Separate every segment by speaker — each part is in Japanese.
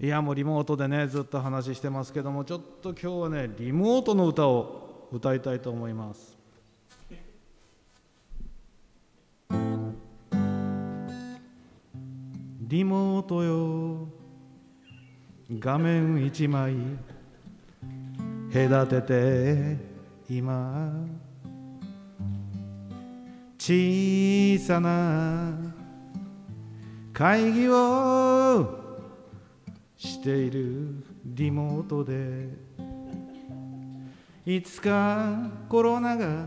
Speaker 1: いやもうリモートでねずっと話してますけどもちょっと今日はねリモートの歌を歌いたいと思います。リモートよ画面一枚隔てて今小さな会議をしているリモートでいつかコロナが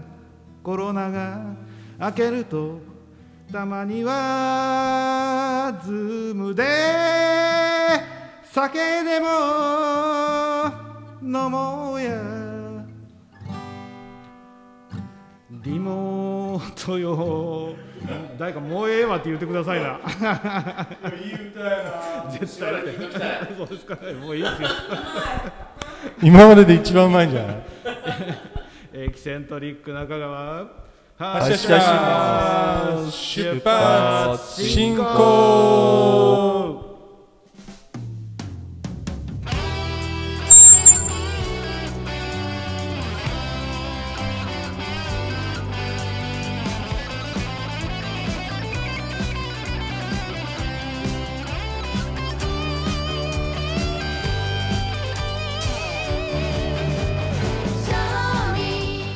Speaker 1: コロナが明けるとたまにはズームで酒でも飲もうやリモートよ誰かもうええわって言ってくださいな
Speaker 2: いい歌やな
Speaker 1: 絶対だってそうですかねもういいですよ
Speaker 2: 今までで一番うまいんじゃない
Speaker 1: エキセントリック中川
Speaker 2: 発車します出発進行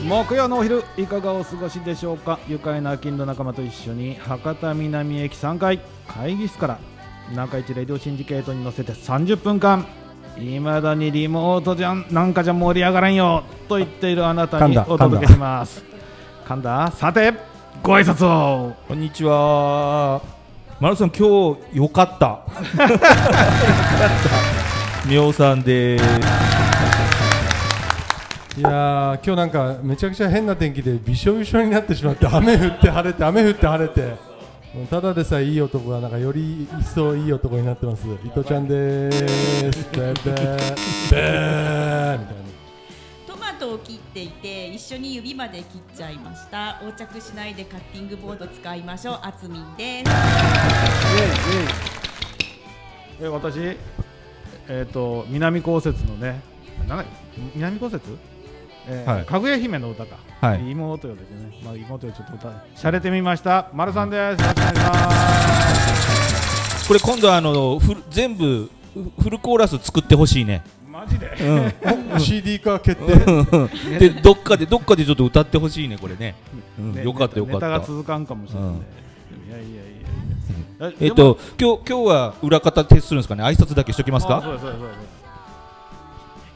Speaker 1: 木曜のお昼いかがお過ごしでしょうか愉快な金の仲間と一緒に博多南駅3階会議室から中市レディオシンジケートに乗せて30分間いまだにリモートじゃんなんかじゃ盛り上がらんよと言っているあなたに
Speaker 2: 噛んだ
Speaker 1: お届けします神田さてご挨拶を
Speaker 3: こんにちは。マルさん、今日良かった。よかった。みょうさんです。
Speaker 2: いやー今日なんかめちゃくちゃ変な天気でびしょびしょになってしまって雨降って晴れて雨降って晴れてもうただでさえいい男がなんかより一層いい男になってます伊藤ちゃんでーすべーべーべーみたいな
Speaker 4: トマトを切っていて一緒に指まで切っちゃいました横着しないでカッティングボード使いましょうあつみんです
Speaker 1: え私えっ、と南高雪のねなんだ南高雪、えー
Speaker 3: はい
Speaker 1: かぐや姫の歌か、
Speaker 3: はい
Speaker 1: 妹よですね、まあ、妹よちょっと歌しゃれてみました丸さんですよろしくお願いします
Speaker 3: これ今度あのフル全部フフルコーラス作ってほしいね。
Speaker 1: マジで
Speaker 3: うん。
Speaker 2: CD 化決定
Speaker 3: でどっかでどっかでちょっと歌ってほしいねこれね。うん
Speaker 1: ね
Speaker 3: よかったよ
Speaker 1: ネ
Speaker 3: かっ
Speaker 1: タネタ
Speaker 3: た
Speaker 1: が。続かんかもしれない、いやいやいやいや
Speaker 3: えっ
Speaker 1: でも
Speaker 3: と今日今日は裏方徹するんですかね。挨拶だけしときます
Speaker 1: あそ
Speaker 3: か。
Speaker 1: うですそうですそうです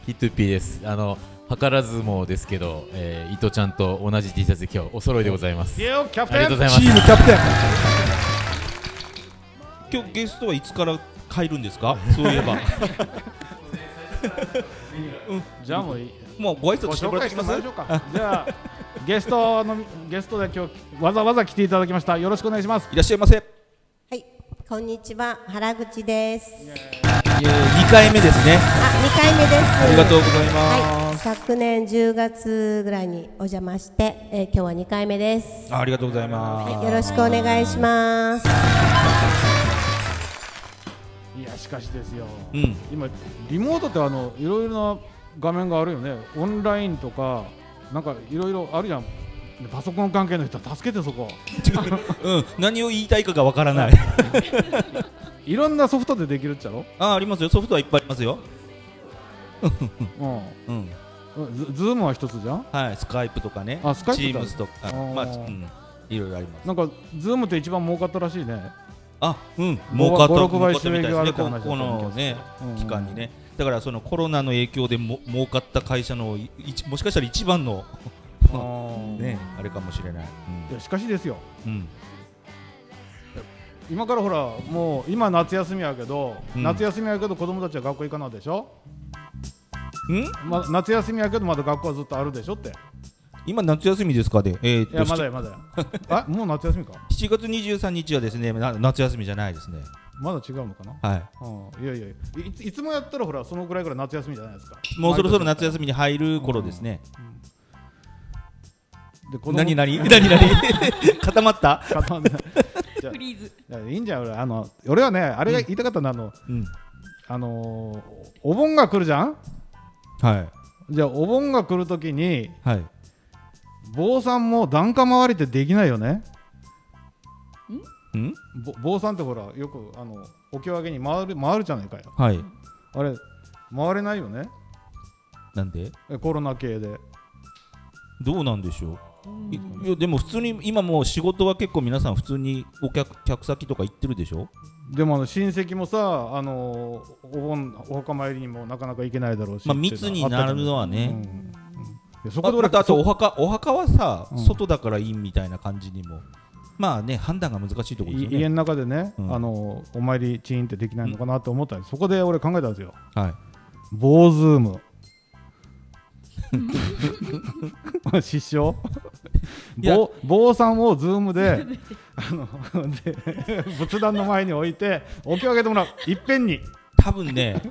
Speaker 5: ヒットピーです。あの、図らずもですけど、えー、伊藤ちゃんと同じ T シャツで今日お揃いでございます。あ
Speaker 1: イ
Speaker 5: り
Speaker 1: エオキャプ
Speaker 5: がとう
Speaker 1: テ
Speaker 5: ご
Speaker 1: ン
Speaker 5: ざいま
Speaker 2: チ
Speaker 5: す。
Speaker 2: ームキャプテン
Speaker 3: 今日ゲストはいつから帰るんですか。そういえば。
Speaker 1: じゃあもういい
Speaker 3: もうご挨
Speaker 1: ご
Speaker 3: 拶しても
Speaker 1: 紹
Speaker 3: ら
Speaker 1: 介し
Speaker 3: ってきま
Speaker 1: ても
Speaker 3: す
Speaker 1: らいましょうかじゃあゲストのゲストで今日わざわざ来ていただきましたよろしくお願いします
Speaker 3: いらっしゃいませ。
Speaker 6: はい、こんにちは、原口です。
Speaker 3: 二回目ですね。
Speaker 6: あ、二回目です。
Speaker 3: あ
Speaker 6: あ
Speaker 3: りがとうござい
Speaker 6: は
Speaker 3: ま
Speaker 6: い、
Speaker 3: す。
Speaker 6: 昨年10月ぐらいにお邪魔して、えー、今日は二回目です。
Speaker 3: あありがとうございます。
Speaker 6: はい、よろしくお願いします。
Speaker 1: いやしかしですよ、
Speaker 3: うん、
Speaker 1: 今リモートってあのいろいろな画面があるよねオンラインとかなんかいろいろあるじゃんパソコン関係の人助けてそこ
Speaker 3: うん、何を言いたいかがわからない。
Speaker 1: いろんなソフトでできるっちゃろ、
Speaker 3: あ、ありますよ。ソフトはいっぱいありますよ。
Speaker 1: うん
Speaker 3: うん、
Speaker 1: うん、ズズームは一つじゃん
Speaker 3: はい、スカイプとかね。
Speaker 1: あスカイプ
Speaker 3: チ
Speaker 1: だ
Speaker 3: ームスとか、
Speaker 1: あー
Speaker 3: まあ、うん、いろいろあります。
Speaker 1: なんかズームって一番儲かったらしいね
Speaker 3: あ、うん、儲かった、
Speaker 1: 5 6
Speaker 3: 儲
Speaker 1: 倍
Speaker 3: かったみたいですね。
Speaker 1: 収益がある
Speaker 3: こ
Speaker 1: って話だった
Speaker 3: このね
Speaker 1: うん、
Speaker 3: 期間にね。だから、そのコロナの影響でも儲かった会社のい、いちもしかしたら一番の。ね、あれかもしれない。
Speaker 1: いやしかしですよ
Speaker 3: うん、うん
Speaker 1: 今からほらもう今夏休みやけど、
Speaker 3: うん
Speaker 1: 夏休みやけど子供たちは学校行かないでしょ、
Speaker 3: ん
Speaker 1: ま、夏休みやけどまだ学校はずっとあるでしょって
Speaker 3: 今夏休みですかで、えーっ
Speaker 1: いや
Speaker 3: と、
Speaker 1: まだ
Speaker 3: 七
Speaker 1: やまだやあ もう夏休みか
Speaker 3: 7月23日はですね、な夏休みじゃないですね。
Speaker 1: まだ違うのかな
Speaker 3: はい。
Speaker 1: うんいやいやいやいついつもやったらほらそのぐらいから夏休みじゃないですか
Speaker 3: もうそろそろ夏休みに入る頃ですね。
Speaker 1: で子供
Speaker 3: 何何 何何固まった
Speaker 1: 固まんない
Speaker 4: フリーズ
Speaker 1: いやいいんじゃん俺あの俺はねあれが言いたかったのは、あの
Speaker 3: うん
Speaker 7: あのーお盆が来るじゃん
Speaker 3: はい
Speaker 7: じゃあお盆が来るときに
Speaker 3: はい
Speaker 7: 坊さんも檀家回りってできないよね
Speaker 3: ん
Speaker 7: ぼ坊さんってほらよくあのお経上げに回る回るじゃないかよ
Speaker 3: はい
Speaker 7: あれ回れないよね
Speaker 3: なんで
Speaker 7: えコロナ系で
Speaker 3: どうなんでしょういいやでも普通に今もう仕事は結構皆さん普通にお客客先とか行ってるでしょ
Speaker 7: でもあの親戚もさあのーお盆お墓参りにもなかなか行けないだろうし
Speaker 3: まあ
Speaker 7: っていう
Speaker 3: 密
Speaker 7: の
Speaker 3: に
Speaker 7: はあっ
Speaker 3: な
Speaker 7: た
Speaker 3: る
Speaker 7: じゃ
Speaker 3: のは
Speaker 7: ない
Speaker 3: ね、
Speaker 7: うんうんいやそ
Speaker 3: あ
Speaker 7: こで俺
Speaker 3: またあとお墓お墓はさ、
Speaker 7: うん
Speaker 3: 外だからいいみたいな感じにもまあね判断が難しいところです
Speaker 7: い
Speaker 3: よ
Speaker 7: 家
Speaker 3: ね
Speaker 7: の中でね、
Speaker 3: うん
Speaker 7: あのお参りチーンってできないのかなと思ったんですそこで俺考えたんですよ
Speaker 3: はい
Speaker 7: 坊ズーム 失笑
Speaker 3: いや
Speaker 7: 坊坊さんをズー ムであので仏壇の前に置いてお経をあげてもらういっぺんに
Speaker 3: 多分 ね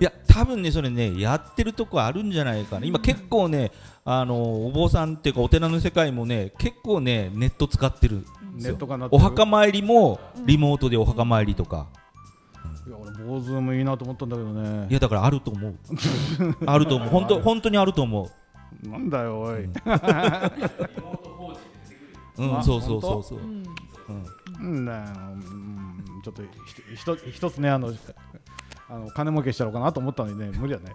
Speaker 3: いや多分ねそれねやってるとこあるんじゃないかな今結構ねあのお坊さんっていうかお寺の世界もね結構ねネット使ってるんです
Speaker 7: ネ
Speaker 3: よ
Speaker 7: ットかなって
Speaker 3: お墓参りもリモートでお墓参りとか、
Speaker 7: いや俺坊ズームいいなと思ったんだけどね
Speaker 3: いやだからあると思う あると思う本当本当にあると思
Speaker 7: なんだよおい、
Speaker 3: ううん
Speaker 7: あ
Speaker 3: そうそうそうそう
Speaker 7: うんだよ、うん、ちょっとひひと一つねあのあの金儲けしちゃおうかなと思ったのにね無理だね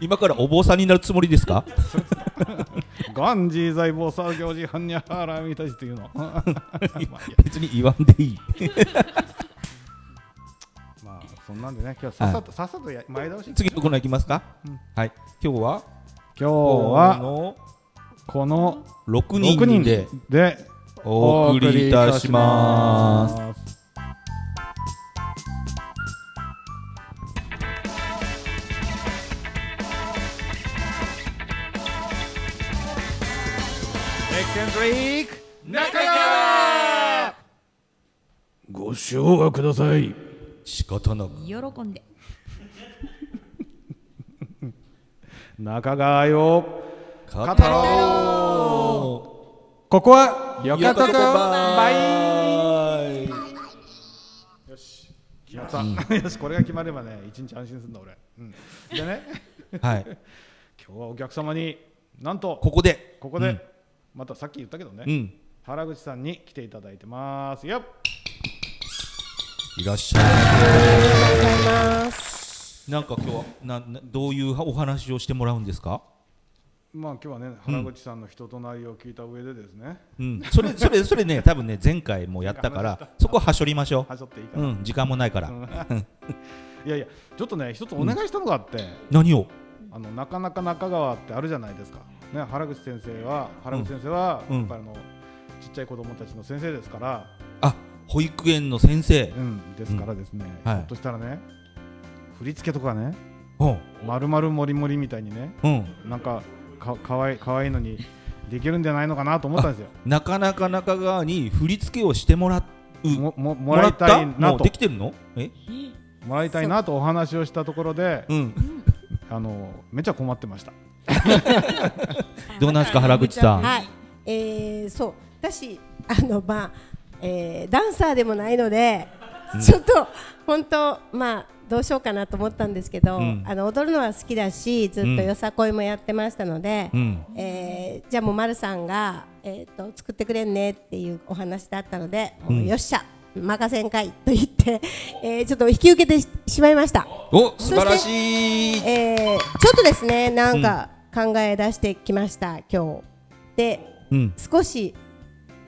Speaker 3: 今からお坊さんになるつもりですか
Speaker 7: ガンジー財宝作業時犯にゃーらみたいっていうの まあいいや
Speaker 3: 別に言わんでい い
Speaker 7: まあそんなんでね今日はさっさと、さっさとや前倒し
Speaker 3: 次のコーナーいきますか、はい今日は
Speaker 7: 今日
Speaker 3: こ
Speaker 7: は
Speaker 3: の
Speaker 7: この
Speaker 3: 6
Speaker 7: 6
Speaker 3: 人
Speaker 7: 人
Speaker 3: で
Speaker 7: でで
Speaker 3: お送りいたします
Speaker 7: すエキセントリーク中川ご視聴はください
Speaker 3: 仕方なく
Speaker 4: 喜んで
Speaker 7: 中川よ
Speaker 3: 語ろう
Speaker 2: ここはよかったとバイ
Speaker 7: 決まった、 よしこれが決まればね一日安心するんだ俺、うん、でね
Speaker 3: はい
Speaker 7: 今日はお客様になんと
Speaker 3: ここで
Speaker 7: ここで、またさっき言ったけどね、
Speaker 3: うん
Speaker 7: 原口さんに来ていただいてますよっ
Speaker 3: いらっしゃ
Speaker 6: ございます。
Speaker 3: いなんか今日はななどういうお話をしてもらうんですか
Speaker 7: まあ今日はね原口さんの人となりを聞いた上でですね、
Speaker 3: うん それそれそれね多分ね前回もやったからそこはしょりましょ
Speaker 7: はしょっていいか
Speaker 3: う
Speaker 7: な、
Speaker 3: うん時間もないから
Speaker 7: いやいやちょっとね一つお願いしたのがあって、
Speaker 3: 何を
Speaker 7: あのなかなか中川ってあるじゃないですかね原口先生は原口先生は、
Speaker 3: うん
Speaker 7: やっぱりあのちっちゃい子供たちの先生ですから、
Speaker 3: あ保育園の先生
Speaker 7: うん、ですからですね、
Speaker 3: はい
Speaker 7: ひょっとしたらね振り付けとかね
Speaker 3: うん
Speaker 7: まるまるもりもりみたいにね
Speaker 3: うん
Speaker 7: なんかかかわいいかわいいのにできるんじゃないのかなと思ったんですよ
Speaker 3: なかなか中川に振り付けをしてもらう
Speaker 7: もももらいたいな
Speaker 3: もう
Speaker 7: と
Speaker 3: できてるのえ
Speaker 7: もらいたいなとお話をしたところで
Speaker 3: うん
Speaker 7: あのめちゃ困ってました
Speaker 3: どうなんですか原口さん
Speaker 6: はい、えー、そう、私、あの、まあ、えー、ダンサーでもないので、ちょっと、本当、まあ、どうしようかなと思ったんですけど、
Speaker 3: うん
Speaker 6: あの、踊るのは好きだし、ずっとよさこいもやってましたので。
Speaker 3: うん
Speaker 6: えーじゃあもう丸さんが、えー、と作ってくれんねっていうお話だったので、もう
Speaker 3: うん
Speaker 6: よっしゃ任せんかいと言って、えーちょっと引き受けてししまいました、
Speaker 3: お素晴らしい
Speaker 6: えーちょっとですねなんか考え出してきました、今日で
Speaker 3: うん
Speaker 6: 少し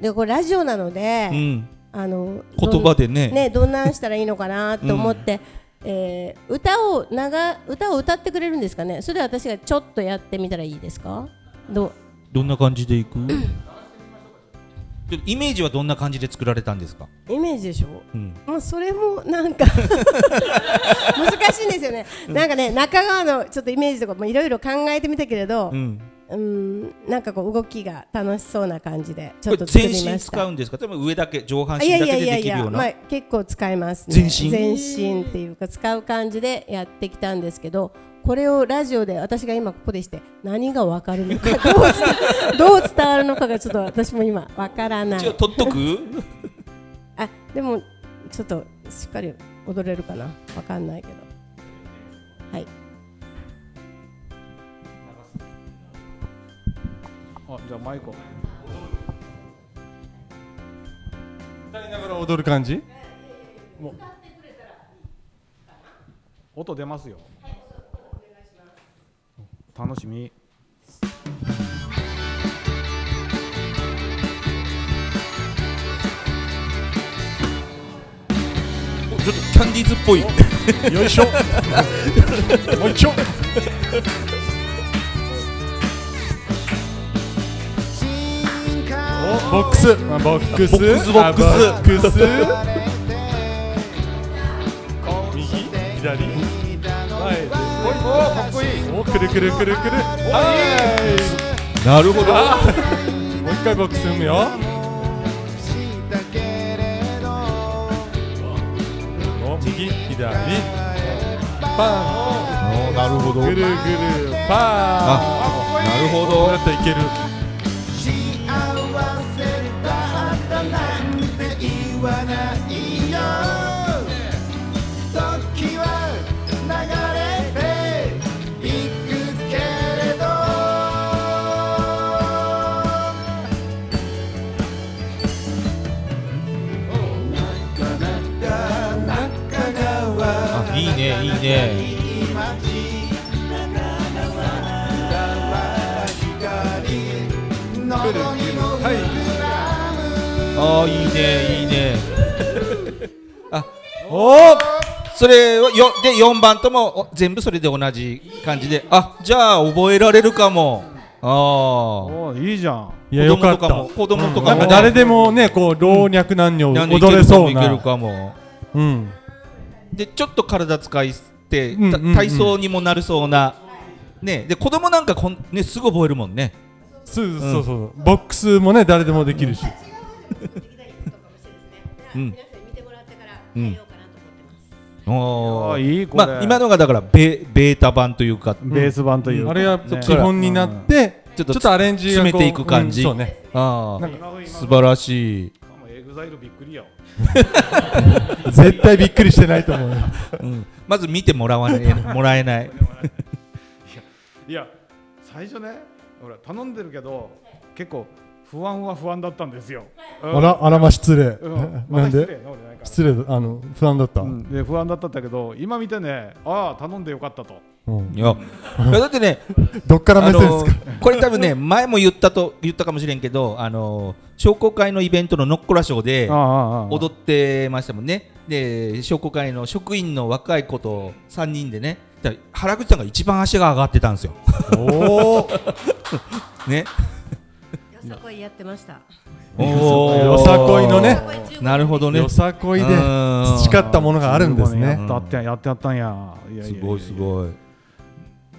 Speaker 6: でこれラジオなので、
Speaker 3: うん
Speaker 6: あの
Speaker 3: 言葉
Speaker 6: で
Speaker 3: でね
Speaker 6: ねどんなんしたらいいのかなと思って、えー歌を長歌を歌ってくれるんですかねそれで私がちょっとやってみたらいいですかどう
Speaker 3: どんな感じでいくちょイメージはどんな感じで作られたんですか、
Speaker 6: イメージでしょ
Speaker 3: うん、
Speaker 6: もうそれもなんか 難しいんですよね、なんかね中川のちょっとイメージとかもいろいろ考えてみたけれど、う、
Speaker 3: うんん
Speaker 6: なんかこう動きが楽しそうな感じでち
Speaker 3: こ
Speaker 6: ょっ
Speaker 3: れ
Speaker 6: と作
Speaker 3: 全
Speaker 6: りま
Speaker 3: 身
Speaker 6: し
Speaker 3: 使
Speaker 6: た
Speaker 3: うんですか例えば上だけ上半
Speaker 6: あい
Speaker 3: 身
Speaker 6: や
Speaker 3: だ
Speaker 6: いや
Speaker 3: け
Speaker 6: い
Speaker 3: で
Speaker 6: や
Speaker 3: で
Speaker 6: い
Speaker 3: きるよう
Speaker 6: や、ま
Speaker 3: な
Speaker 6: あ、結構使いますね
Speaker 3: 全身
Speaker 6: 身っていうか使う感じでやってきたんですけどこれをラジオで私が今ここでして何が分かるのかどう伝どう伝わるのかがちょっと私も今分からない
Speaker 3: 一応取っとく
Speaker 6: あでもちょっとしっかり踊れるかなわかんないけどはい
Speaker 7: あじゃあマイコ
Speaker 2: 歌いながら踊る感じ
Speaker 7: 音出ますよ楽しみ
Speaker 3: ょっとキャンディーズっぽい
Speaker 2: よいしょもう一丁おボックスあボックス
Speaker 3: ボックスボ
Speaker 2: あ
Speaker 3: ックス
Speaker 2: ボックス右左はい
Speaker 7: かっこいい
Speaker 2: おくるくるくるくるは
Speaker 3: なるほど
Speaker 2: いもう一回ボックス踏むよお右左パ
Speaker 3: なるほ
Speaker 2: ン
Speaker 3: ど
Speaker 2: ぐるぐるパン
Speaker 3: なるほ
Speaker 2: こう
Speaker 3: ど
Speaker 2: やったらいける
Speaker 3: あいいねいいね
Speaker 2: くるくるはい
Speaker 3: あいいねい いね
Speaker 2: おー
Speaker 3: それをよで4番ともお全部それで同じ感じであじゃあ覚えられるかもああ
Speaker 7: おーいいじゃん
Speaker 2: いやよかっ
Speaker 3: 子供とかも
Speaker 2: た
Speaker 3: 子供と
Speaker 2: な
Speaker 3: か
Speaker 2: ん
Speaker 3: も
Speaker 2: か誰でもねこう老若男女
Speaker 3: 何人
Speaker 2: 踊れそう
Speaker 3: いけ
Speaker 2: な
Speaker 3: るかも
Speaker 2: うん
Speaker 3: でちょっと体使いって、
Speaker 2: うんうんうん
Speaker 3: た体操にもなるそうな、ね、で子供なんかこん、ね、すぐ覚えるもんね
Speaker 2: そうそうそうボックスもね誰でもできるし
Speaker 3: うん
Speaker 6: 皆さんに見てもらってから
Speaker 3: うん
Speaker 6: 変えようかなと思ってます
Speaker 3: お
Speaker 7: あ
Speaker 3: ー
Speaker 7: いいこれ、
Speaker 3: まあ、今のがだからベベータ版というか
Speaker 7: ベース版というか
Speaker 2: あれは
Speaker 7: ね
Speaker 2: 基本になって
Speaker 3: ち
Speaker 2: ち
Speaker 3: ょ
Speaker 2: ょ
Speaker 3: っと
Speaker 2: っとアレンジがこう
Speaker 3: 詰めていく感じ
Speaker 2: うんそうね
Speaker 3: あ
Speaker 2: な
Speaker 3: あ
Speaker 2: んか
Speaker 3: 素晴らしい、
Speaker 7: エグザイルびっくりや
Speaker 2: 絶対びっくりしてないと思うよ
Speaker 3: うん、まず見てもらわ ねもらえない
Speaker 7: いや最初ね俺頼んでるけど結構不安は不安だったん ですよ、うん
Speaker 2: あ、らあらま失礼
Speaker 7: うん、ま
Speaker 2: な
Speaker 7: た
Speaker 2: んで
Speaker 7: 失礼な俺ないから
Speaker 2: 失礼だあの不安だった
Speaker 7: うん、で不安だったんだけど今見てねああ頼んでよかったと
Speaker 2: うん
Speaker 3: いやいやだってね、
Speaker 2: どっから
Speaker 3: あ
Speaker 2: 目線です
Speaker 3: の
Speaker 2: か
Speaker 3: これ多分ね前も言ったと言ったかもしれんけどあの商工会のイベントののっこらショーで
Speaker 7: ああああ
Speaker 3: 踊ってましたもんねで商工会の職員の若い子と3人でねだから原口さんが一番足が上がってたんですよ
Speaker 2: おお
Speaker 3: ね
Speaker 6: よさこいやってました
Speaker 3: おー
Speaker 2: よさこいのね
Speaker 3: なるほどね
Speaker 2: よさこいで
Speaker 3: うん
Speaker 2: 培ったものがあるんです
Speaker 7: や
Speaker 2: ね
Speaker 7: ったってやってやったんやいやや
Speaker 3: す
Speaker 7: や
Speaker 3: ごいすごい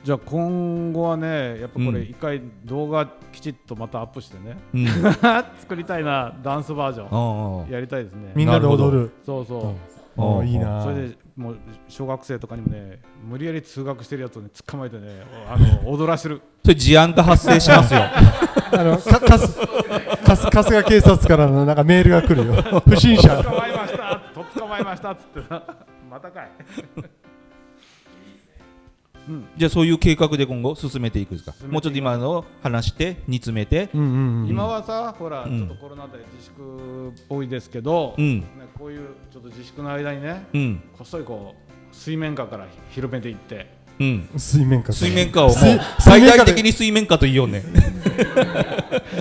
Speaker 7: じゃあ今後はねやっ
Speaker 3: う
Speaker 7: ぱこ
Speaker 3: ん
Speaker 7: れ一回動画きちっとまたアップしてね、
Speaker 3: うん
Speaker 7: 作りたいなダンスバージョ
Speaker 3: あ
Speaker 7: ンやりたいですね
Speaker 2: みんなで踊る
Speaker 7: そうそう、
Speaker 3: うん
Speaker 2: おーいい
Speaker 7: そ
Speaker 2: な
Speaker 7: れでもう小学生とかにもね無理やり通学してるやつをね捕まえてねあ の踊らしてる
Speaker 3: それ事案が発生しますよ
Speaker 2: あのか かすかす春日警察からのなんかメールが来るよ不審者
Speaker 7: 捕まえましたと捕まえましたっつって なまたかい
Speaker 3: じゃあそういう計画で今後進めていくんですかもうちょっと今のを話して煮詰めて
Speaker 2: うんうんうん
Speaker 7: 今はさほら、
Speaker 3: うん
Speaker 7: ちょっとコロナで自粛っぽいですけど、
Speaker 3: うん
Speaker 7: ね、こういうちょっと自粛の間にね
Speaker 3: うん
Speaker 7: こっそりこう水面下から広めていって
Speaker 3: うん
Speaker 2: 水面下
Speaker 3: 水面下をもう
Speaker 2: 水水
Speaker 3: 最
Speaker 2: 面下
Speaker 3: 大
Speaker 2: で
Speaker 3: 的に水面下と言いようね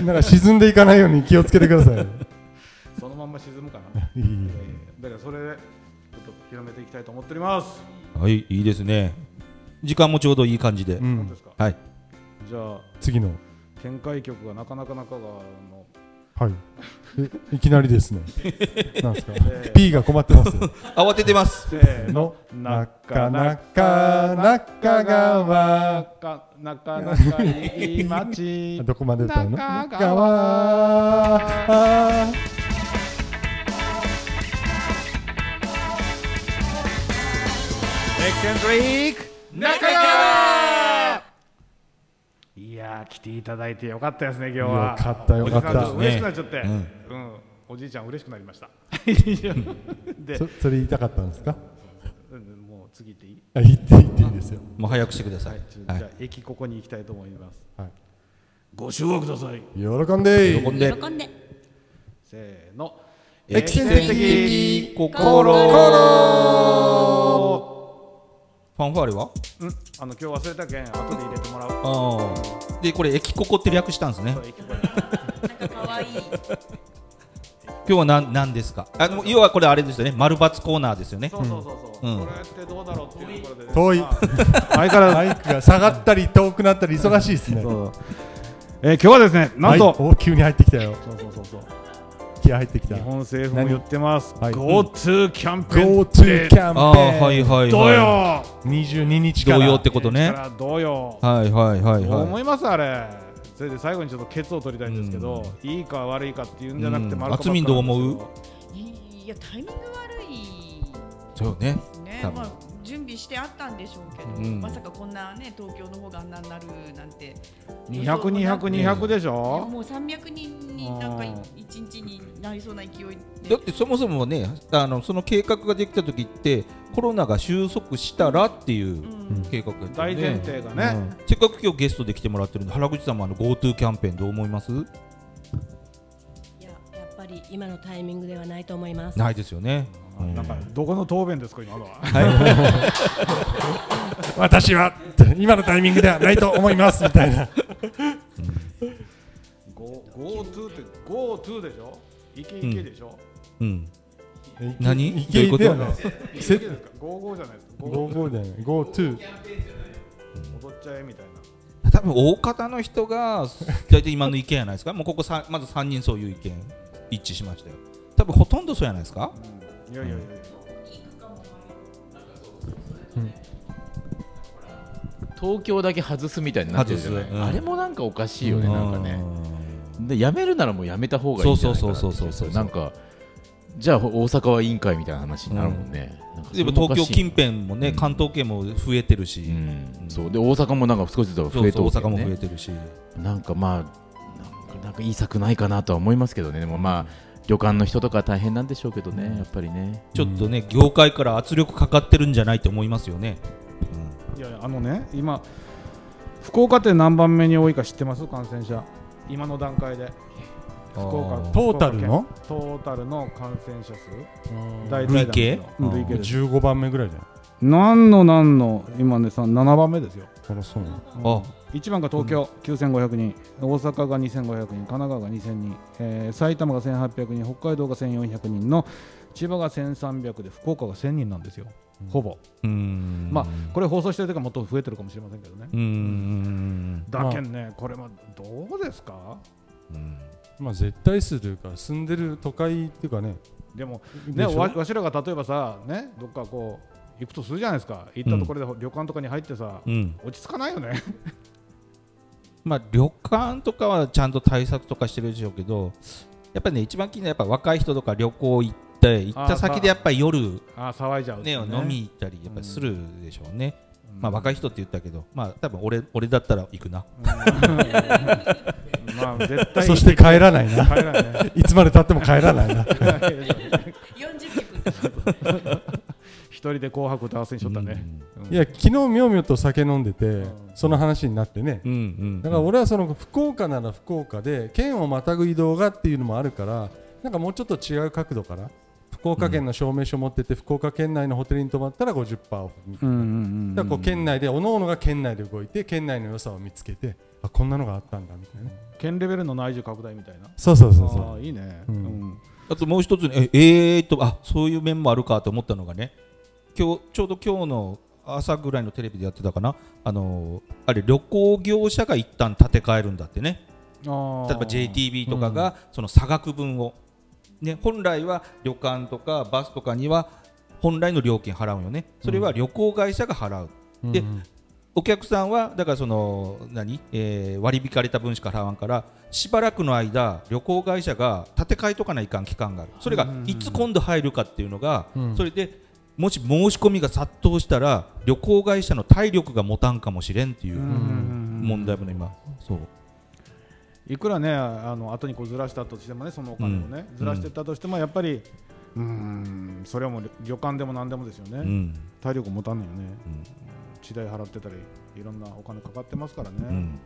Speaker 2: なんか沈んでいかないように気をつけてください
Speaker 7: そのまんま沈むか な
Speaker 2: いい
Speaker 7: えーだからそれでちょっと広めていきたいと思っております、
Speaker 3: はいいいですね時間もちょうどいい感じで
Speaker 2: う
Speaker 7: 本当
Speaker 2: ん
Speaker 7: ですか
Speaker 3: はい
Speaker 7: じゃあ
Speaker 2: 次の
Speaker 7: 見解曲がなかなかなかがの
Speaker 2: はいえいきなりですね なんですか
Speaker 7: え
Speaker 2: P が困ってます
Speaker 3: 慌ててます
Speaker 7: せーの
Speaker 2: のなかなか中川
Speaker 7: かなかなかいい街
Speaker 2: どこまで歌うの
Speaker 7: 中川
Speaker 2: 川
Speaker 7: いやー来ていただいてよかったですね今日
Speaker 2: よ
Speaker 7: は
Speaker 2: かったよかっ
Speaker 7: おじさんちょ
Speaker 2: た
Speaker 7: と嬉しくなっちゃって、うんおじいちゃん嬉しくなりました会議場で
Speaker 2: そそれ言いたかったんですか
Speaker 7: うんもう次行っていい、
Speaker 2: あ言って言っていいですよ
Speaker 3: もう早くしてくださ
Speaker 7: はいい、ちょ
Speaker 3: は
Speaker 7: じゃ
Speaker 3: い
Speaker 7: あ駅ここに行きたいと思います
Speaker 2: はい
Speaker 7: ご集合ください
Speaker 2: 喜んで
Speaker 3: 喜んで
Speaker 4: 喜んで
Speaker 7: せーの
Speaker 2: エキセントリー
Speaker 3: 的心ファンファーレは
Speaker 7: うんあの今日忘れたけん後で入れてもらう
Speaker 3: ああでこれ駅ここって略したんですね
Speaker 7: そう駅ここ
Speaker 4: なんか可愛い
Speaker 3: 今日は何何ですかあの要はこれあれですよね丸×コーナーですよね
Speaker 7: そうそうそうそう、
Speaker 3: うん
Speaker 7: これってどうだろうっていうところでね、
Speaker 2: 遠い
Speaker 7: まあ相変わらず
Speaker 2: マイクが下がったり遠くなったり忙しいですね
Speaker 7: そうえー今日はですねなんと、
Speaker 2: はいお急に入ってきたよ
Speaker 7: そうそうそうそう
Speaker 2: 気合入ってきた
Speaker 7: 日本政府も言ってます
Speaker 2: 何はい
Speaker 7: GoTo キャンペーン
Speaker 2: GoTo キャンペーン
Speaker 3: ああはいはい
Speaker 7: どう
Speaker 3: は
Speaker 7: よ
Speaker 2: い22日
Speaker 3: い
Speaker 2: から
Speaker 3: 同様ってことね
Speaker 7: からどうよ、
Speaker 3: はいはいはい
Speaker 7: どう
Speaker 3: は
Speaker 7: 思いますあれそれで最後にちょっとケツを取りたいんですけど、いいか悪いかっていうんじゃなくて
Speaker 3: うん
Speaker 7: 丸か×か
Speaker 3: 渥美どう思う
Speaker 7: なんですよ
Speaker 4: いやタイミング悪い
Speaker 3: いそうね
Speaker 4: ね
Speaker 3: 多分
Speaker 4: まあ、準備してあったんでしょうけど、
Speaker 3: うん
Speaker 4: まさかこんなね東京の方があんなになるなんて
Speaker 7: 200、200、200でしょ、
Speaker 4: もう300人になんかい
Speaker 7: あー
Speaker 4: 一日になりそうな勢い
Speaker 3: だ
Speaker 4: で
Speaker 3: ってそもそもねあのその計画ができた時ってコロナが収束したらっていう
Speaker 4: うん
Speaker 3: 計画だったよ
Speaker 7: 大
Speaker 3: ね
Speaker 7: 前提がね、
Speaker 3: うんせっかく今日ゲストで来てもらってるんで原口さんもあの GoTo キャンペーンどう思います
Speaker 6: いややっぱり今のタイミングではないと思います。
Speaker 3: ないですよね、うん
Speaker 7: なんかどこの答弁ですか今のは
Speaker 2: 私は今のタイミングではないと思いますみたいな
Speaker 7: Go- GoTo って GoTo でしょイケイケでしょ、
Speaker 3: うん、 何どういうこと
Speaker 2: ではない
Speaker 7: イケイケですか GoGo じゃないですか Go
Speaker 2: 55じゃない GoTo
Speaker 7: 踊っちゃえみたいな
Speaker 3: 多分大方の人が大体今の意見じゃないですかもうここさまず3人そういう意見一致しましたよ多分ほとんどそうじゃないですか
Speaker 7: いやいやいやいや、
Speaker 5: 東京だけ外すみたいになってるじゃない、
Speaker 3: 外すうん
Speaker 5: あれもなんかおかしいよね、なんかねでやめるならもうやめた方がいいんじゃないかなってい
Speaker 3: そうそうそうそうそうそう
Speaker 5: なんかじゃあ大阪は委員会みたいな話になるもんね、なんかそ
Speaker 3: で
Speaker 5: れ
Speaker 3: も
Speaker 5: もお
Speaker 3: 東
Speaker 5: かしい
Speaker 3: 京近辺もね、
Speaker 5: うん
Speaker 3: 関東圏も増えてるし、
Speaker 5: うん、そうで大阪もなんか少しずつ増えて
Speaker 3: そうそう
Speaker 5: お
Speaker 3: 大
Speaker 5: けど
Speaker 3: 阪も
Speaker 5: ね
Speaker 3: 増えてるし、
Speaker 5: なんかまあなんかなんかいい策ないかなとは思いますけどねでもまあ旅館の人とか大変なんでしょうけどね、やっぱりね
Speaker 3: ちょっとね、業界から圧力かかってるんじゃないと思いますよね、
Speaker 7: いやいやあのね今福岡って何番目に多いか知ってます感染者今の段階で福岡
Speaker 3: あー
Speaker 7: 福
Speaker 2: トー
Speaker 7: 岡
Speaker 2: タ
Speaker 7: 県
Speaker 2: ルの
Speaker 7: トータルの感染者数
Speaker 2: 大
Speaker 7: 大体なんです
Speaker 3: 累
Speaker 7: よ
Speaker 3: 計
Speaker 7: うん
Speaker 3: あー
Speaker 7: 累計です
Speaker 2: 15番目ぐらいじゃない
Speaker 7: 何の何の今ねさ7番目ですよ
Speaker 2: あらそうなの
Speaker 3: あ
Speaker 7: 1番が東京、9500人大阪が2500人神奈川が2000人、えー埼玉が1800人北海道が1400人の千葉が1300で福岡が1000人なんですよ、ほぼ
Speaker 3: うん
Speaker 7: まあこれ放送してる時はもっと増えてるかもしれませんけどね、
Speaker 3: うん
Speaker 7: だけんね、これもどうですか
Speaker 2: まあ絶対数というか住んでる都会っていうかね
Speaker 7: でもね
Speaker 2: でしょ
Speaker 7: わわしらが例えばさねどっかこう行くとするじゃないですか行ったところで旅館とかに入ってさ、
Speaker 3: うん
Speaker 7: 落ち着かないよね
Speaker 3: まあ旅館とかはちゃんと対策とかしてるでしょうけどやっぱりね一番気になるやっぱ若い人とか旅行行って行った先でやっぱり夜
Speaker 7: あー騒いじゃうって
Speaker 3: ね
Speaker 7: いう
Speaker 3: 飲み行ったりやっぱりするでしょうね、まあ若い人って言ったけどまあ多分俺俺だったら行くな
Speaker 7: まあ絶対
Speaker 2: そして帰らないな
Speaker 7: 帰らないね
Speaker 2: いつまでたっても帰らないな
Speaker 4: 40曲
Speaker 7: 一人で紅白歌わせにしとったね、
Speaker 2: いや昨日みょみょと酒飲んでてその話になってね
Speaker 3: うんうん
Speaker 2: だから俺はその福岡なら福岡で県をまたぐ移動がっていうのもあるからなんかもうちょっと違う角度から福岡県の証明書持ってて福岡県内のホテルに泊まったら50%オフみたいな
Speaker 7: うんうん
Speaker 2: だからこう県内でおのおのが県内で動いて県内の良さを見つけてあこんなのがあったんだみたいな
Speaker 7: 県レベルの内需拡大みたいな
Speaker 2: そうそうそうそう
Speaker 7: あーいいね、う
Speaker 2: うんん
Speaker 3: あともう一つねええー、とあそういう面もあるかと思ったのがね今日ちょうど今日の朝ぐらいのテレビでやってたかなあのーあれ旅行業者が一旦建て替えるんだってね
Speaker 7: あー
Speaker 3: 例えば JTB とかがその差額分を、ね、本来は旅館とかバスとかには本来の料金払うよねそれは旅行会社が払う、
Speaker 2: うん
Speaker 3: でお客さんはだからその何、えー割り引かれた分しか払わんからしばらくの間旅行会社が建て替えとかないかん期間があるそれがいつ今度入るかっていうのが、
Speaker 2: うん
Speaker 3: それでもし申し込みが殺到したら旅行会社の体力が持たんかもしれんっていう
Speaker 7: うんうんうん
Speaker 3: 問題もね今そう
Speaker 7: いくらねあの後にこうずらしたとしてもねそのお金をね、ずらしてったとしてもやっぱりうーんそれはもう旅館でも何でもですよね、
Speaker 3: うん
Speaker 7: 体力持たんのよね、
Speaker 3: うん
Speaker 7: 地代払ってたりいろんなお金かかってますからね、
Speaker 3: ん
Speaker 7: うん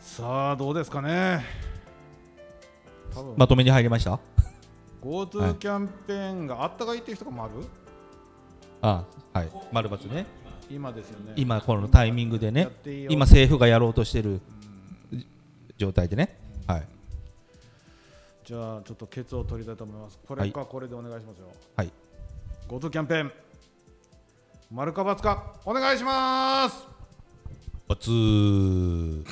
Speaker 7: さあどうですかね多分
Speaker 3: まとめに入りましたあ
Speaker 7: GoTo キャンペーンがあったかいっていう人もある
Speaker 3: はい丸×ね
Speaker 7: 今ですよね
Speaker 3: 今このタイミングで
Speaker 7: や
Speaker 3: ね
Speaker 7: っていいよ
Speaker 3: 今政府がやろうとしてる状態でねはい
Speaker 7: じゃあちょっとケツを取りたいと思いますこれかこれでお願いしますよ
Speaker 3: はい
Speaker 7: GoTo キャンペーン丸か×かお願いします
Speaker 3: ×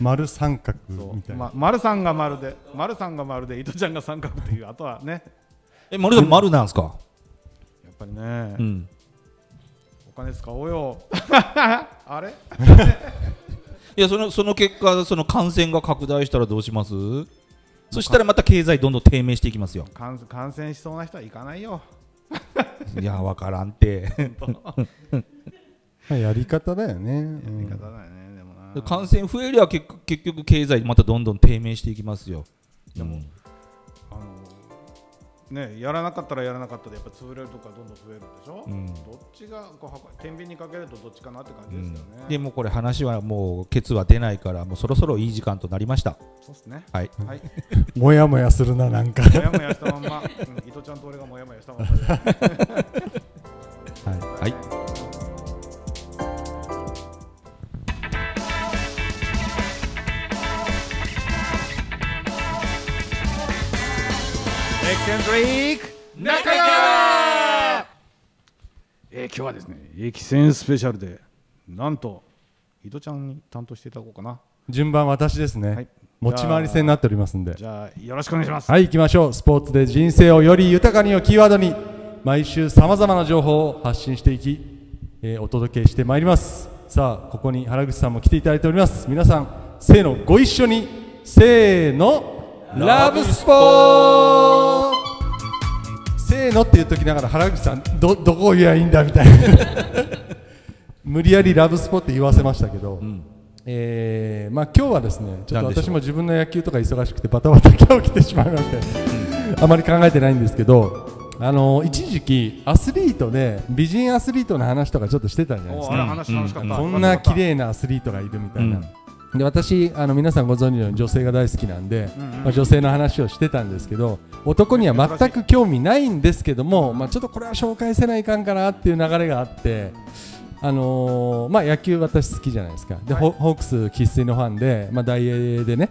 Speaker 2: 丸三角
Speaker 7: そ
Speaker 2: みた
Speaker 7: う、
Speaker 2: いな
Speaker 7: ま、丸さんが丸で丸さんが丸で糸ちゃんが三角っていうあとはね
Speaker 3: え丸さん丸なんですか
Speaker 7: やっぱりね、
Speaker 3: うん
Speaker 7: お金使おう よあれ
Speaker 3: いやそのその結果その感染が拡大したらどうしますそしたらまた経済どんどん低迷していきますよ
Speaker 7: 感感染しそうな人は行かないよ
Speaker 3: いやわからんて
Speaker 2: まあやり方だよね、うん
Speaker 7: 味方だよねでもな
Speaker 3: 感染増えりゃ結局結局経済またどんどん低迷していきますよ
Speaker 7: でもあのねやらなかったらやらなかったでやっぱ潰れるとかどんどん増えるでしょ、
Speaker 3: うん
Speaker 7: どっちがこう箱天秤にかけるとどっちかなって感じですよね、
Speaker 3: でもうこれ話はもうケツは出ないからもうそろそろいい時間となりました
Speaker 7: そうっすね
Speaker 3: はい
Speaker 7: はい
Speaker 2: もやもやするななんか
Speaker 7: もやもやしたまんま、うん、伊藤ちゃんと俺がもやもやしたまんまで
Speaker 3: はい、はい
Speaker 7: エクセントリーク中川えー今日はですねエキセンスペシャルでなんと伊藤ちゃんに担当していただこうかな
Speaker 2: 順番私ですね、
Speaker 7: はい
Speaker 2: 持ち回り戦になっておりますんで
Speaker 7: じゃあよろしくお願いします
Speaker 2: はい行きましょうスポーツで人生をより豊かにをキーワードに毎週さまざまな情報を発信していき、えーお届けしてまいりますさあここに原口さんも来ていただいております皆さんせーのご一緒にせーのラブスポーせーのって言っときながら原口さんどどこを言えばいいんだみたいな無理やりラブスポって言わせましたけど、えーまあ、今日はですねちょっと
Speaker 3: なんでしょう
Speaker 2: 私も自分の野球とか忙しくてバタバタ今日来てしまいまして、あまり考えてないんですけど、あの一時期アスリートで美人アスリートの話とかちょっとしてたじゃないで
Speaker 7: お
Speaker 2: す
Speaker 7: ー
Speaker 2: か
Speaker 7: あら話楽しかった、
Speaker 2: こんな綺麗なアスリートがいるみたいな、で私あの皆さんご存知のように女性が大好きなんで、まあ、女性の話をしてたんですけど男には全く興味ないんですけども、まあ、ちょっとこれは紹介せないかんかなっていう流れがあって。あのーまあ、野球、私好きじゃないですかで、ホホークス生粋のファンで、まあ、大英でね、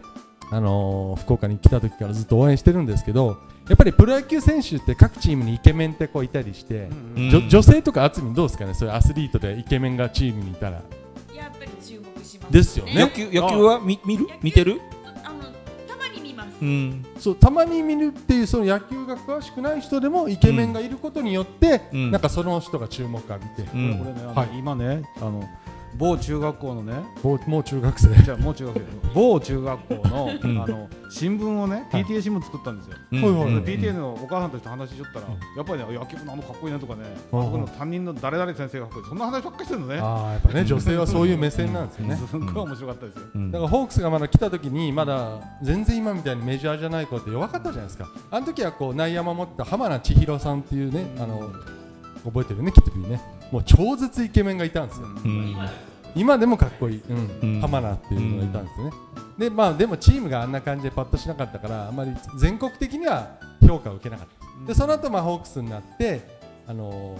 Speaker 2: あのー福岡に来た時からずっと応援してるんですけどやっぱりプロ野球選手って各チームにイケメンってこういたりして、じょ女性とか厚みどうですかねそういうアスリートでイケメンがチームにいたら。
Speaker 4: やっぱり注目します
Speaker 2: ですよね
Speaker 3: 野球野球は見見る見てる
Speaker 4: あのたまに見ます
Speaker 3: うん
Speaker 2: そうたまに見るっていうその野球が詳しくない人でもイケメンがいることによって、
Speaker 3: うん
Speaker 2: なんかその人が注目を浴びて、
Speaker 3: う
Speaker 7: これ
Speaker 3: ん
Speaker 7: ね、あの
Speaker 2: はい
Speaker 7: 今ねあの某中学校 のね
Speaker 2: もうもう中学生
Speaker 7: じゃあもう中学校某中学校の
Speaker 3: ん
Speaker 7: あの新聞をね
Speaker 2: はい
Speaker 7: PTA 新聞作ったんですよ、
Speaker 3: うん
Speaker 2: ほいほい
Speaker 3: うん
Speaker 7: PTA のお母さんとして話しちゃったら、やっぱりね野球部のあのかっこいいなとかね、
Speaker 2: うん
Speaker 7: あそこの担任の誰々先生がかっこいいそんな話ばっかりしてるのね
Speaker 2: ああやっぱね女性はそういう目線なんですよね、
Speaker 7: すっごい面白かったですよ、
Speaker 3: うん
Speaker 2: だからホークスがまだ来た時にまだ全然今みたいにメジャーじゃない子って弱かったじゃないですかあの時はこう内野守った浜名千尋さんっていうねあの覚えてるねキットピーねもう超絶イケメンがいたんですよ、
Speaker 3: うん
Speaker 2: 今でもかっこいい、
Speaker 3: うん
Speaker 2: 浜名っていうのがいたんですね、でまあでもチームがあんな感じでパッとしなかったからあんまり全国的には評価を受けなかった、でその後まあホークスになってあの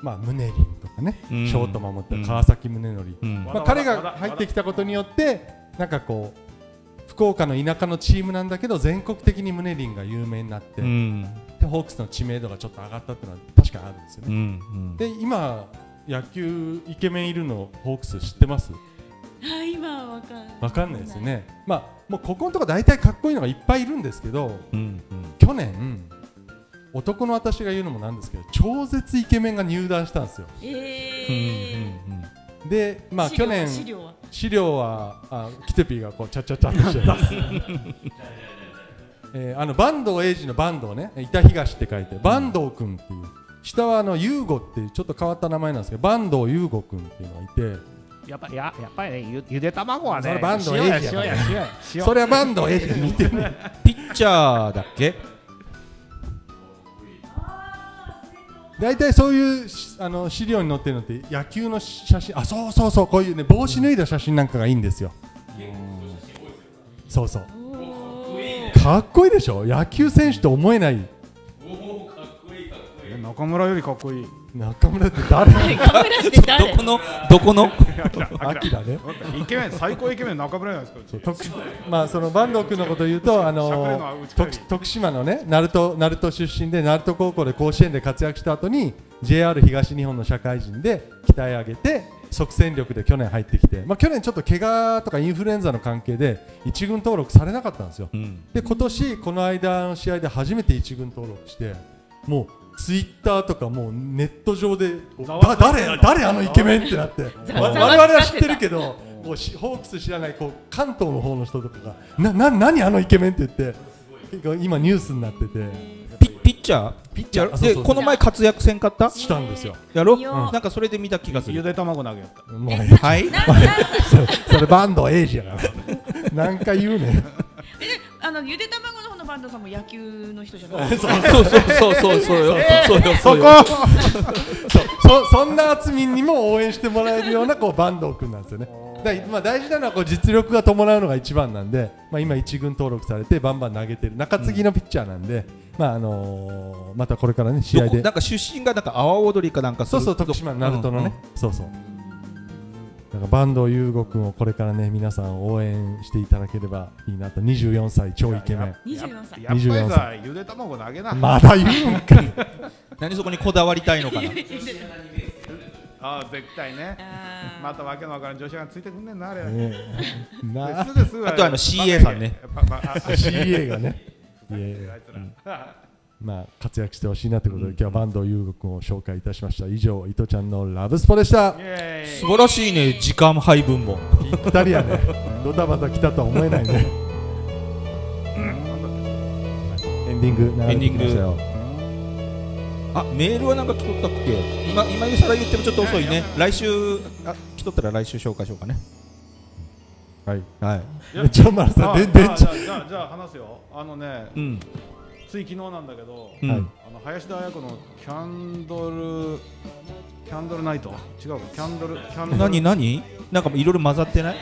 Speaker 2: ーまあムネリンとかね、
Speaker 3: うん
Speaker 2: ショート守った川崎宗則、
Speaker 3: うん
Speaker 2: まあ、彼が入ってきたことによってなんかこう福岡の田舎のチームなんだけど全国的にムネリンが有名になって、
Speaker 3: うん
Speaker 2: でホークスの知名度がちょっと上がったっていうのは確かにあるんですよね
Speaker 3: う、ん
Speaker 2: で今野球イケメンいるのホークス知ってます
Speaker 4: はい今はわかんない
Speaker 2: わかんないですよね、まあ、もうここのとこ大体かっこいいのがいっぱいいるんですけど
Speaker 3: うん
Speaker 2: 去年男の私が言うのもなんですけど超絶イケメンが入団したんですよ
Speaker 4: え
Speaker 3: うん
Speaker 4: え
Speaker 3: うん
Speaker 2: で、まあ、
Speaker 4: 資料
Speaker 2: 去年
Speaker 4: 資料は
Speaker 2: 資料はあキテピーがこうチャチャチャってしてますえーあの坂東英二の坂東ね板東って書いて坂東君っていう下はあの優吾っていうちょっと変わった名前なんですけど坂東優吾君っていうのがいて
Speaker 8: やっぱりややっぱりねゆゆで卵は
Speaker 2: それ
Speaker 8: ね
Speaker 2: バンド
Speaker 8: 塩や
Speaker 2: エイジ
Speaker 8: 塩
Speaker 2: や
Speaker 8: や
Speaker 2: から
Speaker 8: 塩や塩
Speaker 2: それはバンドええけど似てる
Speaker 3: ピッチャーだっけ
Speaker 2: 大体そういうしあの資料に載ってるのって野球の写真あそうそうそうこういうね帽子脱いだ写真なんかがいいんですよそうそうかっこいいでしょ野球選手と思えない
Speaker 7: え中村よりかっこいい
Speaker 2: 中村って誰
Speaker 4: カメラって
Speaker 3: ど
Speaker 4: 誰
Speaker 3: このどこの
Speaker 2: 秋だね
Speaker 7: イケメン最高イケメン中村じゃないですか
Speaker 2: 徳まあその坂東君のことを言うとあ
Speaker 7: しゃくれ
Speaker 2: の
Speaker 7: るのはうちから
Speaker 2: 徳徳島のね鳴門鳴門出身で鳴門高校で甲子園で活躍した後に JR 東日本の社会人で鍛え上げて即戦力で去年入ってきて、まあ、去年ちょっと怪我とかインフルエンザの関係で一軍登録されなかったんですよ
Speaker 3: うん
Speaker 2: で今年この間の試合で初めて一軍登録してもうツイッターとかもうネット上で
Speaker 7: ざわ
Speaker 2: だ誰誰あのイケメンってなって
Speaker 4: ざ
Speaker 2: わ我
Speaker 4: わざわ
Speaker 2: 々は知ってるけどもうしホークス知らないこう関東の方の人とかがなな何あのイケメンって言って結構今ニュースになってて
Speaker 3: ピピッチャー
Speaker 2: ピッチャーあそう
Speaker 3: で
Speaker 2: そう
Speaker 3: この前活躍せんかった
Speaker 2: したんですよ
Speaker 3: やろ
Speaker 4: 見よう
Speaker 3: なんかそれで見た気がす
Speaker 7: ゆ
Speaker 3: る
Speaker 7: で卵投げやった
Speaker 2: もうね
Speaker 3: はい
Speaker 2: それバンドエイジやから なんか言うね
Speaker 4: あのゆで卵の方のバンドさんも野球の人じゃない。
Speaker 3: そうそうそうそうそう よそうよそうよ
Speaker 2: そそんな厚みにも応援してもらえるようなこうバンドを組んだんですよね。だからまあ大事なのはこう実力が伴うのが一番なんで、まあ、今、一軍登録されてバンバン投げてる中継ぎのピッチャーなんで、まああのーまたこれからね試
Speaker 3: ど
Speaker 2: 合
Speaker 3: こ
Speaker 2: で
Speaker 3: なんか出身がなんか阿波踊りかなんかす
Speaker 2: そ
Speaker 3: る
Speaker 2: うそう徳島、鳴門のね、そうそうだからバンド優吾君をこれからね皆さん応援していただければいいなと24歳、超イケメ
Speaker 4: 二十四歳。
Speaker 7: やっぱりさゆで卵投げな、
Speaker 2: ンまだ 言うんかい
Speaker 3: うん何そこにこだわりたいのか な
Speaker 7: ああ絶対ねまたわけのわからん女子がついてくんねんなあれ、
Speaker 2: ねえな
Speaker 7: すぐすぐ
Speaker 3: あとあの CA さんね
Speaker 7: ままああ
Speaker 2: CA がねいやいや
Speaker 7: あいつら
Speaker 2: まあ、活躍してほしいなということで、今日は坂東優吾君を紹介いたしました。以上、伊藤ちゃんのラブスポでした
Speaker 7: イ。エーイ
Speaker 3: 素晴らしいね時間配分も
Speaker 2: ぴったりやね。ドタバタ来たとは思えないね。エンディング流れてきましたよ。
Speaker 3: あメールはなんか来とったっけ今今さら言ってもちょっと遅いね来週あ来とったら来週紹介しようかね
Speaker 2: はい。
Speaker 3: はい
Speaker 2: えちょまるさん、
Speaker 7: あ
Speaker 2: で、
Speaker 7: じ
Speaker 2: で
Speaker 7: ゃあ
Speaker 2: ち
Speaker 7: じ
Speaker 2: ょ
Speaker 7: ゃあじゃあじゃあ話すよあのね
Speaker 3: うん
Speaker 7: つい昨日なんだけど、
Speaker 3: うん、
Speaker 2: はい
Speaker 7: あの林田彩子のキャンドルキャンドルナイト違うかキャンドルキャンドル
Speaker 3: 何何なんかいろいろ混ざってない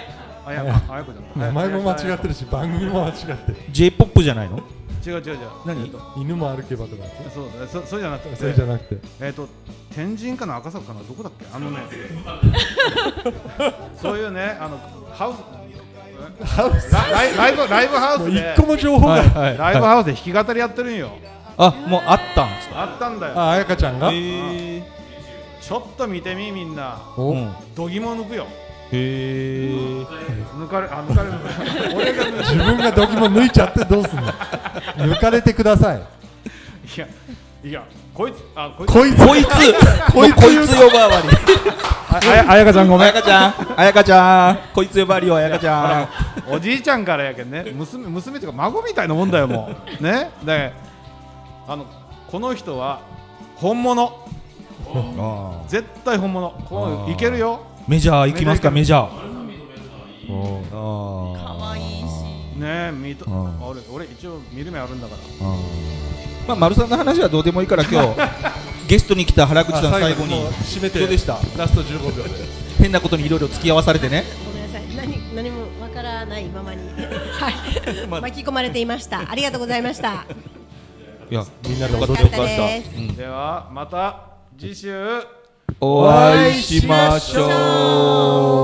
Speaker 7: あやあ彩子じゃない
Speaker 2: 名前も間違って
Speaker 7: る
Speaker 2: るし、番組も間違ってる。
Speaker 3: j p o p じゃないの
Speaker 7: 違う違う違う
Speaker 3: 何
Speaker 7: えっと
Speaker 2: 犬も歩けばとか。
Speaker 7: そうだねそそれじゃなくて
Speaker 2: それじゃなくて。
Speaker 7: えっ、と天神かな赤坂かなどこだっけあのねそういうねあのハウス
Speaker 2: ハウス。
Speaker 7: ラライライブライブハ
Speaker 2: も
Speaker 7: ウ
Speaker 2: う
Speaker 7: スで
Speaker 2: 一個も情報
Speaker 3: はい
Speaker 2: が。
Speaker 3: はい
Speaker 7: ライブハウスで弾き語りやってるんよ
Speaker 3: あもうあったんですか
Speaker 7: あったんだよ
Speaker 2: あ、彩香ちゃんが。
Speaker 3: へえ
Speaker 7: ちょっと見てみみんな
Speaker 2: お
Speaker 3: うん
Speaker 7: 度肝抜くよ
Speaker 3: へえ
Speaker 7: 抜かれあ抜かれる俺が抜
Speaker 2: 自分がドキも抜いちゃってどうすんの抜かれてください。
Speaker 7: いやいやこいつあこいつ
Speaker 2: こいつ、
Speaker 3: こいつこいつ呼ばわり
Speaker 7: あやあやかちゃんご
Speaker 3: あやかちゃんあやかちゃんこいつ呼ばわりよあやかちゃん
Speaker 7: おじいちゃんからやけんね娘娘っていうか孫みたいなもんだよもうねであのこの人は本物
Speaker 3: あ
Speaker 7: 絶対本物こ
Speaker 3: あ
Speaker 7: う
Speaker 3: ー
Speaker 7: いけるよ
Speaker 3: ーメジャー行きますかメジャー
Speaker 2: お
Speaker 3: あ
Speaker 4: 可愛いし。
Speaker 7: ねえ見と
Speaker 3: あー
Speaker 7: 俺俺一応見る目あるんだから
Speaker 3: ーあーまあ丸さんの話はどうでもいいから今 日ゲストに来た原口さん最後に
Speaker 2: もう締めて
Speaker 3: どうでした
Speaker 2: ラスト15秒で
Speaker 3: 変なことにいろいろ付き合わされてね
Speaker 6: ごめんなさい。何何もわからないままに、はい、
Speaker 3: まあ
Speaker 6: 巻き込まれていました。ありがとうございました。
Speaker 3: いや
Speaker 2: みんなで
Speaker 3: よか
Speaker 2: 踊
Speaker 3: っ
Speaker 2: ったて
Speaker 3: よ
Speaker 6: よ
Speaker 3: か
Speaker 6: か
Speaker 3: っ
Speaker 6: ったたです
Speaker 7: ではまた次週
Speaker 3: お会いしましょう